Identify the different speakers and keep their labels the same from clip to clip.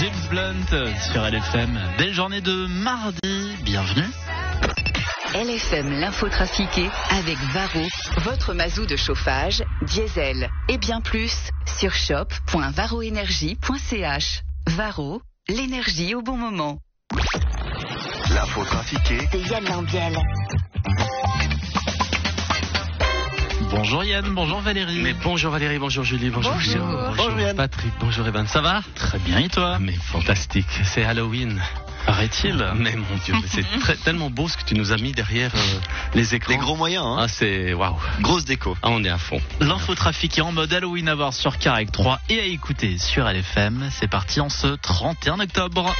Speaker 1: James Blunt sur LFM. Belle journée de mardi, bienvenue.
Speaker 2: LFM l'info trafiquée avec Varro, votre mazou de chauffage, diesel et bien plus sur shop.varroénergie.ch. Varro, l'énergie au bon moment.
Speaker 3: L'info trafiquée
Speaker 4: de Yann Lambiel.
Speaker 1: Bonjour Yann, bonjour Valérie.
Speaker 5: Mais bonjour Valérie, bonjour Julie, bonjour
Speaker 1: Bonjour.
Speaker 5: Guillaume,
Speaker 1: Bonjour Yann.
Speaker 5: Patrick, bonjour Evan, ça va Ah,
Speaker 1: Très bien et toi
Speaker 5: Mais fantastique, c'est Halloween.
Speaker 1: Paraît-il
Speaker 5: Mais mon Dieu, mais c'est très- tellement beau ce que tu nous as mis derrière euh, les écrans.
Speaker 3: Les gros moyens, hein.
Speaker 5: Ah c'est waouh,
Speaker 3: Grosse déco.
Speaker 5: ah, on est à fond.
Speaker 1: L'info trafiquée en mode Halloween à voir sur Carrec 3 et à écouter sur LFM. C'est parti en ce 31 octobre.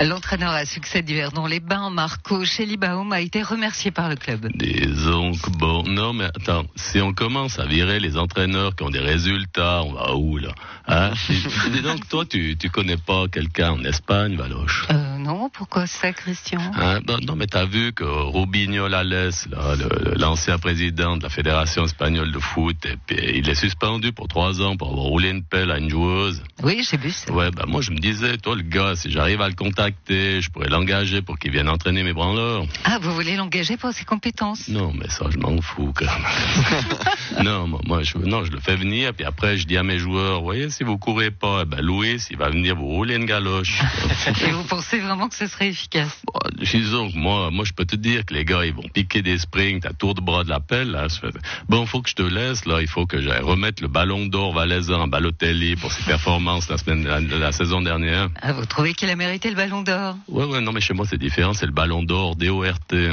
Speaker 6: L'entraîneur à succès d'hiver dans les bains, Marco Chellibaum, a été remercié par le club.
Speaker 5: Disons que bon, non mais attends, si on commence à virer les entraîneurs qui ont des résultats, on va où là hein Dis- Dis donc toi, tu, tu connais pas quelqu'un en Espagne, Valoche
Speaker 6: Euh, non, pourquoi ça, Christian
Speaker 5: Hein, non, non, mais t'as vu que Rubinho Lales, là, le- le- l'ancien président de la Fédération espagnole de foot, et puis il est suspendu pour trois ans pour avoir roulé une pelle à une joueuse.
Speaker 6: Oui, j'ai vu ça.
Speaker 5: Ouais, bah moi je me disais, toi le gars, si j'arrive à le contacter, je pourrais l'engager pour qu'il vienne entraîner mes branleurs.
Speaker 6: Ah, vous voulez l'engager pour ses compétences
Speaker 5: Non, mais ça, je m'en fous quand même. non, moi, moi, je, non, je le fais venir, puis après, je dis à mes joueurs, voyez, si vous courez pas, eh ben, Louis, il va venir vous rouler une galoche.
Speaker 6: Et vous pensez vraiment que ce serait efficace
Speaker 5: Bon, disons que moi, moi, je peux te dire que les gars, ils vont piquer des sprints à tour de bras de la pelle. Là. Je fais, Bon, faut que je te laisse, là. Il faut que j'aille remettre le ballon d'or valaisan à Balotelli pour ses performances la, semaine, la, la saison dernière.
Speaker 6: ah, Vous trouvez qu'il a mérité le ballon d'or
Speaker 5: Ouais, ouais, non, mais chez moi, c'est différent. C'est le ballon d'or, D-O-R-T.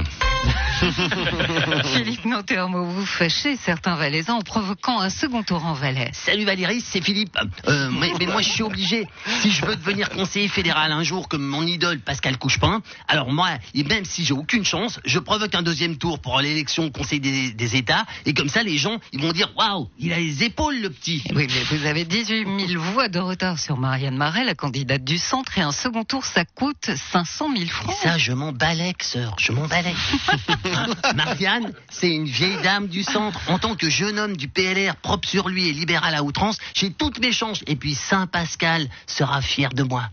Speaker 6: Philippe Nantermo, vous fâchez certains Valaisans en provoquant un second tour en Valais.
Speaker 7: Salut Valérie, c'est Philippe. Euh, mais, mais moi, je suis obligé. Si je veux devenir conseiller fédéral un jour comme mon idole Pascal Couchepin, alors moi, et même si j'ai aucune chance, je provoque un deuxième tour pour l'élection au Conseil des, des États. Et comme ça, les gens, ils vont dire Waouh, il a les épaules, le petit.
Speaker 6: Oui, mais vous avez 18 000 voix de retard sur Marianne Marais, la candidate du centre, et un second tour, ça coûte 500 000
Speaker 7: Et
Speaker 6: francs.
Speaker 7: ça, je m'en balèque, sœur, je m'en balèque. Marianne, c'est une vieille dame du centre. En tant que jeune homme du PLR, propre sur lui et libéral à outrance, j'ai toutes mes chances. Et puis Saint Pascal sera fier de moi.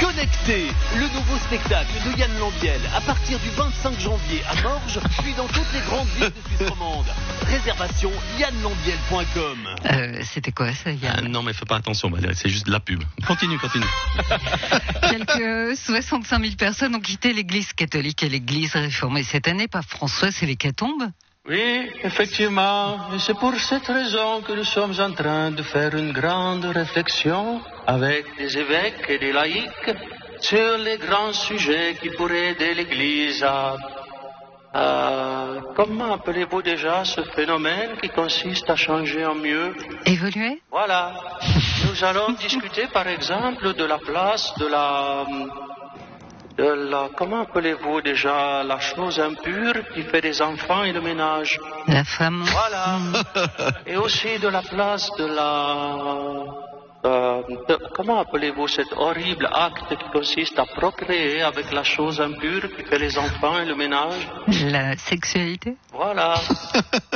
Speaker 8: Connecté, le nouveau spectacle de Yann Lambiel à partir du 25 janvier à Morges, puis dans toutes les grandes villes de Suisse romande. Réservation yannlambiel.com.
Speaker 6: Euh, C'était quoi ça,
Speaker 5: Ah,
Speaker 6: Yann
Speaker 5: non, mais fais pas attention, Valérie. C'est juste de la pub. Continue, continue.
Speaker 6: Quelques 65 000 personnes ont quitté l'église catholique et l'église réformée cette année par François, c'est l'hécatombe.
Speaker 9: Oui, effectivement, et c'est pour cette raison que nous sommes en train de faire une grande réflexion avec des évêques et des laïcs sur les grands sujets qui pourraient aider l'Église à... à- comment appelez-vous déjà ce phénomène qui consiste à changer en mieux
Speaker 6: Évoluer
Speaker 9: Voilà. Nous allons discuter par exemple de la place de la... De la comment appelez-vous déjà la chose impure qui fait des enfants et le ménage
Speaker 6: La femme
Speaker 9: voilà. Et aussi de la place de la. euh, de- comment appelez-vous cet horrible acte qui consiste à procréer avec la chose impure qui fait les enfants et le ménage
Speaker 6: La sexualité
Speaker 9: Voilà.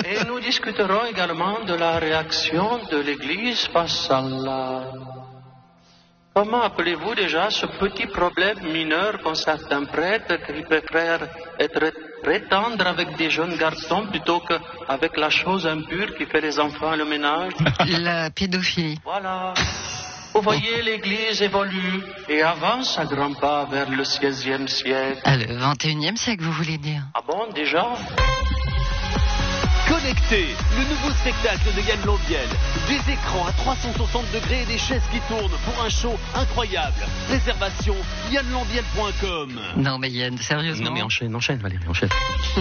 Speaker 9: Et nous discuterons également de la réaction de l'Église face à la. Comment appelez-vous déjà ce petit problème mineur qu'ont certains prêtres qui préfèrent être très tendres avec des jeunes garçons plutôt qu'avec la chose impure qui fait les enfants et le ménage
Speaker 6: La pédophilie
Speaker 9: Voilà. Vous voyez, l'Église évolue et avance à grands pas vers le 16e siècle.
Speaker 6: ah, Le 21e siècle, vous voulez dire
Speaker 9: Ah bon, déjà
Speaker 8: Connecté, le nouveau spectacle de Yann Lambiel. Des écrans à 360 degrés et des chaises qui tournent pour un show incroyable. Réservation yannlambiel.com.
Speaker 6: Non mais Yann, sérieusement
Speaker 5: Non, mais enchaîne, enchaîne, Valérie, enchaîne.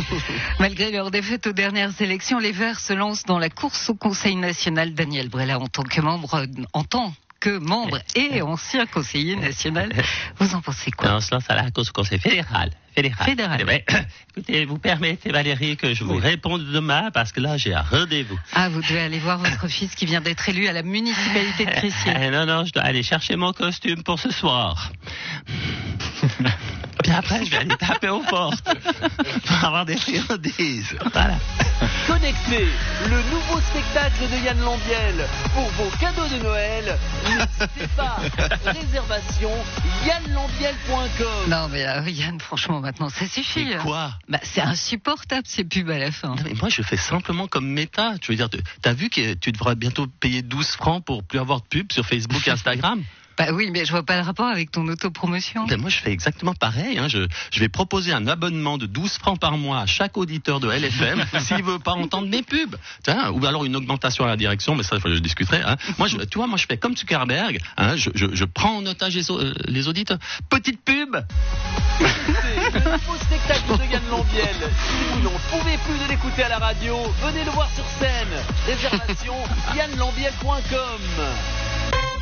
Speaker 6: Malgré leur défaite aux dernières élections, les Verts se lancent dans la course au Conseil national. Daniel Brella, en tant que membre, en tant que membre et ancien conseiller national, vous en pensez quoi
Speaker 7: Eh, On se lance à la cause au Conseil fédéral. Fédéral.
Speaker 6: Fédéral.
Speaker 7: Eh ben, écoutez, vous permettez, Valérie, que je vous réponde demain parce que là, j'ai un rendez-vous.
Speaker 6: Ah, vous devez aller voir votre fils qui vient d'être élu à la municipalité de Crissier.
Speaker 7: Eh, non, non, je dois aller chercher mon costume pour ce soir.
Speaker 5: puis après, je vais aller taper aux portes pour avoir des friandises. Voilà.
Speaker 7: Connecté, le nouveau spectacle de Yann Lambiel. Pour vos cadeaux de Noël, n'hésitez pas. Réservation yannlambiel.com.
Speaker 6: Non, mais euh, Yann, franchement, maintenant, ça suffit.
Speaker 5: Et quoi
Speaker 6: bah, C'est insupportable, ces pubs à la fin.
Speaker 5: Non, mais moi, je fais simplement comme méta. Je veux dire, tu- t'as vu que tu devras bientôt payer 12 francs pour plus avoir de pub sur Facebook et Instagram
Speaker 6: Bah oui, mais je vois pas le rapport avec ton autopromotion.
Speaker 5: Ben, Moi, je fais exactement pareil. hein. Je, je vais proposer un abonnement de 12 francs par mois à chaque auditeur de LFM s'il veut pas entendre mes pubs. Tiens, ou alors une augmentation à la direction, mais ça, je discuterai. hein. Moi, je, tu vois, moi, je fais comme Zuckerberg. hein. Je, je- je prends en otage les, au- euh, les auditeurs. Petite pub
Speaker 7: Écoutez, le nouveau spectacle de Yann Lambiel. Si vous n'en pouvez plus de l'écouter à la radio, venez le voir sur scène. Réservation yannlambiel.com.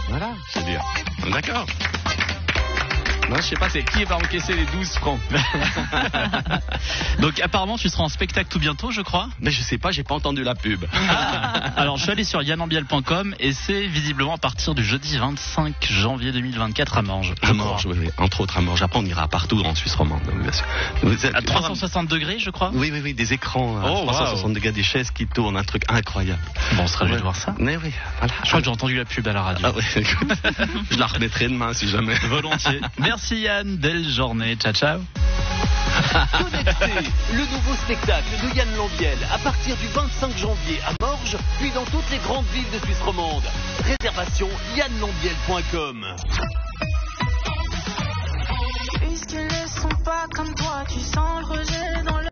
Speaker 5: Voilà.
Speaker 10: Je veux dire. D'accord. Moi, je sais pas, c'est qui va encaisser les 12 francs
Speaker 1: Donc apparemment tu seras en spectacle tout bientôt je crois.
Speaker 5: Mais je sais pas, j'ai pas entendu la pub.
Speaker 10: Ah.
Speaker 1: Alors je suis allé sur yanambiel.com et c'est visiblement à partir du jeudi 25 janvier 2024 à Mange.
Speaker 5: À Morges, oui, oui. entre autres à Morges. Après, on ira partout en Suisse romande. oui, bien sûr. Vous êtes-
Speaker 1: À 360 degrés je crois.
Speaker 5: Oui, oui, oui, des écrans,
Speaker 1: Oh,
Speaker 5: oh, 360 degrés, des chaises qui tournent, un truc incroyable.
Speaker 1: Bon on sera allé
Speaker 5: Ouais.
Speaker 1: voir ça.
Speaker 5: Mais oui, voilà.
Speaker 1: Je crois que j'ai entendu la pub à la radio.
Speaker 5: Ah ouais, écoute, je la remettrai demain si jamais.
Speaker 1: Volontiers. Merci Yann, belle journée, ciao ciao.
Speaker 7: Connecté, le nouveau spectacle de Yann Lambiel à partir du 25 janvier à Morges, puis dans toutes les grandes villes de Suisse romande. Réservation yannlambiel.com.
Speaker 11: Puisqu'ils ne sont pas comme toi, tu sens le rejet dans le